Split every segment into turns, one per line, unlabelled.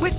With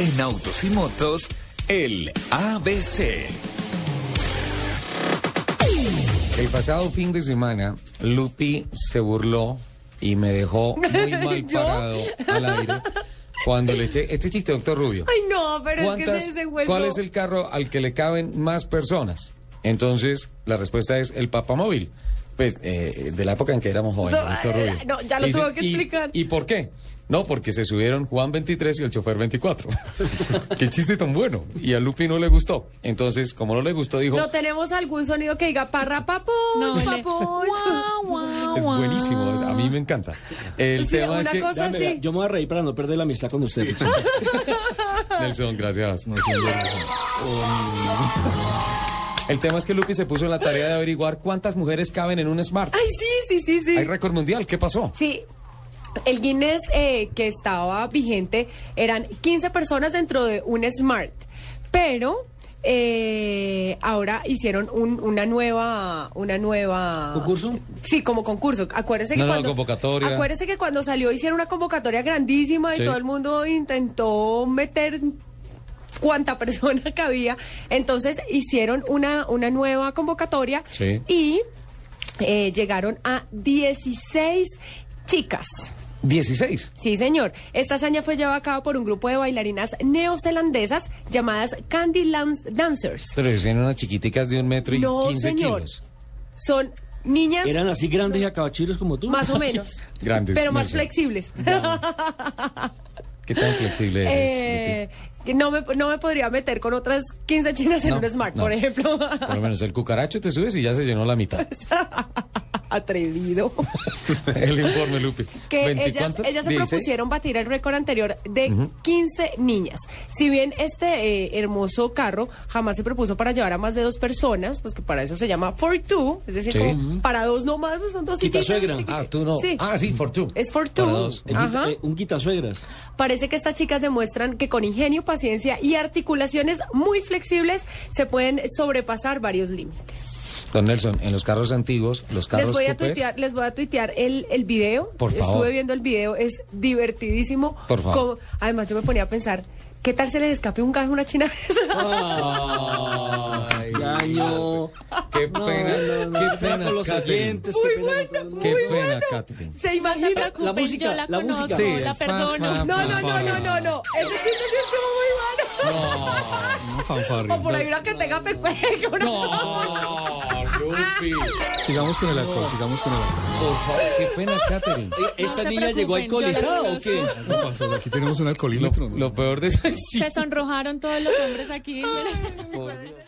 En autos y motos, el ABC.
El pasado fin de semana, Lupi se burló y me dejó muy mal
¿Yo?
parado al aire cuando le eché este chiste, doctor Rubio.
Ay, no, pero es que
¿Cuántas-
se, se vuelve-
¿Cuál es el carro al que le caben más personas? Entonces, la respuesta es el papamóvil. Pues, eh, de la época en que éramos jóvenes,
No,
doctor
eh,
Rubio.
no, ya lo
Dice,
tuvo que
"¿Y-
explicar".
¿Y por qué? No, porque se subieron Juan 23 y el chofer 24. qué chiste tan bueno. Y a Lupi no le gustó. Entonces, como no le gustó, dijo...
No tenemos algún sonido que diga parra papo,
No, le-
papo.
Es buenísimo, a mí me encanta. El
Sí,
tema es
una
que...
cosa
Dame la-
así.
Yo me voy a reír para no perder la amistad con ustedes. ¿Este
Nelson, gracias. El tema es que Lupi se puso en la tarea de averiguar cuántas mujeres caben en un Smart.
Ay, sí, sí, sí, sí.
Hay récord mundial, ¿qué pasó?
Sí. El Guinness eh, que estaba vigente eran 15 personas dentro de un Smart, pero eh, ahora hicieron un- una nueva, una nueva
¿Concurso?
Sí, como concurso. Acuérdense que
No, no,
cuando
convocatoria.
acuérdese que cuando salió hicieron una convocatoria grandísima y
Sí.
todo el mundo intentó meter cuánta persona cabía. Entonces hicieron una una nueva convocatoria
Sí.
y eh, llegaron a 16 chicas.
16.
Sí, señor. Esta hazaña fue llevada a cabo por un grupo de bailarinas neozelandesas llamadas Candy Lance Dancers.
Pero son unas chiquiticas de un metro y
No,
15
señor.
kilos.
Son niñas
¿Eran así grandes y acabachiros como tú?
más o menos,
Grandes.
pero más
Nelson.
flexibles.
¿Qué tan flexible eres,
Eh, que no, me, no me podría meter con otras 15 chinas en
No,
un smart,
no.
por ejemplo.
Lupi? Por lo menos el cucaracho te subes y ya se llenó la mitad.
Atrevido.
el informe, Lupi.
que
¿Veinti
ellas,
cuántas?
ellas se
16.
propusieron batir el récord anterior de 15 niñas. Si bien este eh, hermoso carro jamás se propuso para llevar a más de dos personas, pues que para eso se llama for two, es decir,
Sí.
como para dos nomás, pues son dos
Quita
sillitas
suegra.
chiquitas.
Ah, tú no.
Sí.
Ah, sí, for two.
Es for
Para
two.
dos.
El
Ajá.
quita- eh, un quitasuegras.
Parece que estas chicas demuestran que con ingenio, paciencia y articulaciones muy flexibles se pueden sobrepasar varios límites.
Don Nelson, en los carros antiguos, los carros
Les voy, a
coupés,
tuitear, les voy a tuitear el, el video.
Por favor.
Estuve viendo el video, es divertidísimo.
Por favor.
Como- además, yo me ponía a pensar, ¿qué tal se les escape un gas a una china?
Ay,
Daño.
Qué pena, qué pena,
Con los
Catherine.
oyentes. qué pena con todo el mundo.
Qué pena, Catherine.
¿Se imaginan?
La música,
yo la,
la
conozco,
música.
Sí,
la
es fan,
perdono.
fan,
No, no, no, no, no, no. Ese chiste sí estuvo muy bueno.
No, fanfarria.
O por ahí una que tenga pecueca. una-
No,
Ah,
Lupi.
Sigamos con el alcohol, sigamos con el alcohol.
Por favor, qué pena, Catherine.
¿Esta
No se
niña llegó
preocupen, yo la
alcoholizada o qué?
No pasó, aquí tenemos un
Lo,
alcoholímetro. ¿no?
lo peor de eso. Sí.
Ah,
Se sonrojaron todos los hombres aquí.
por Dios.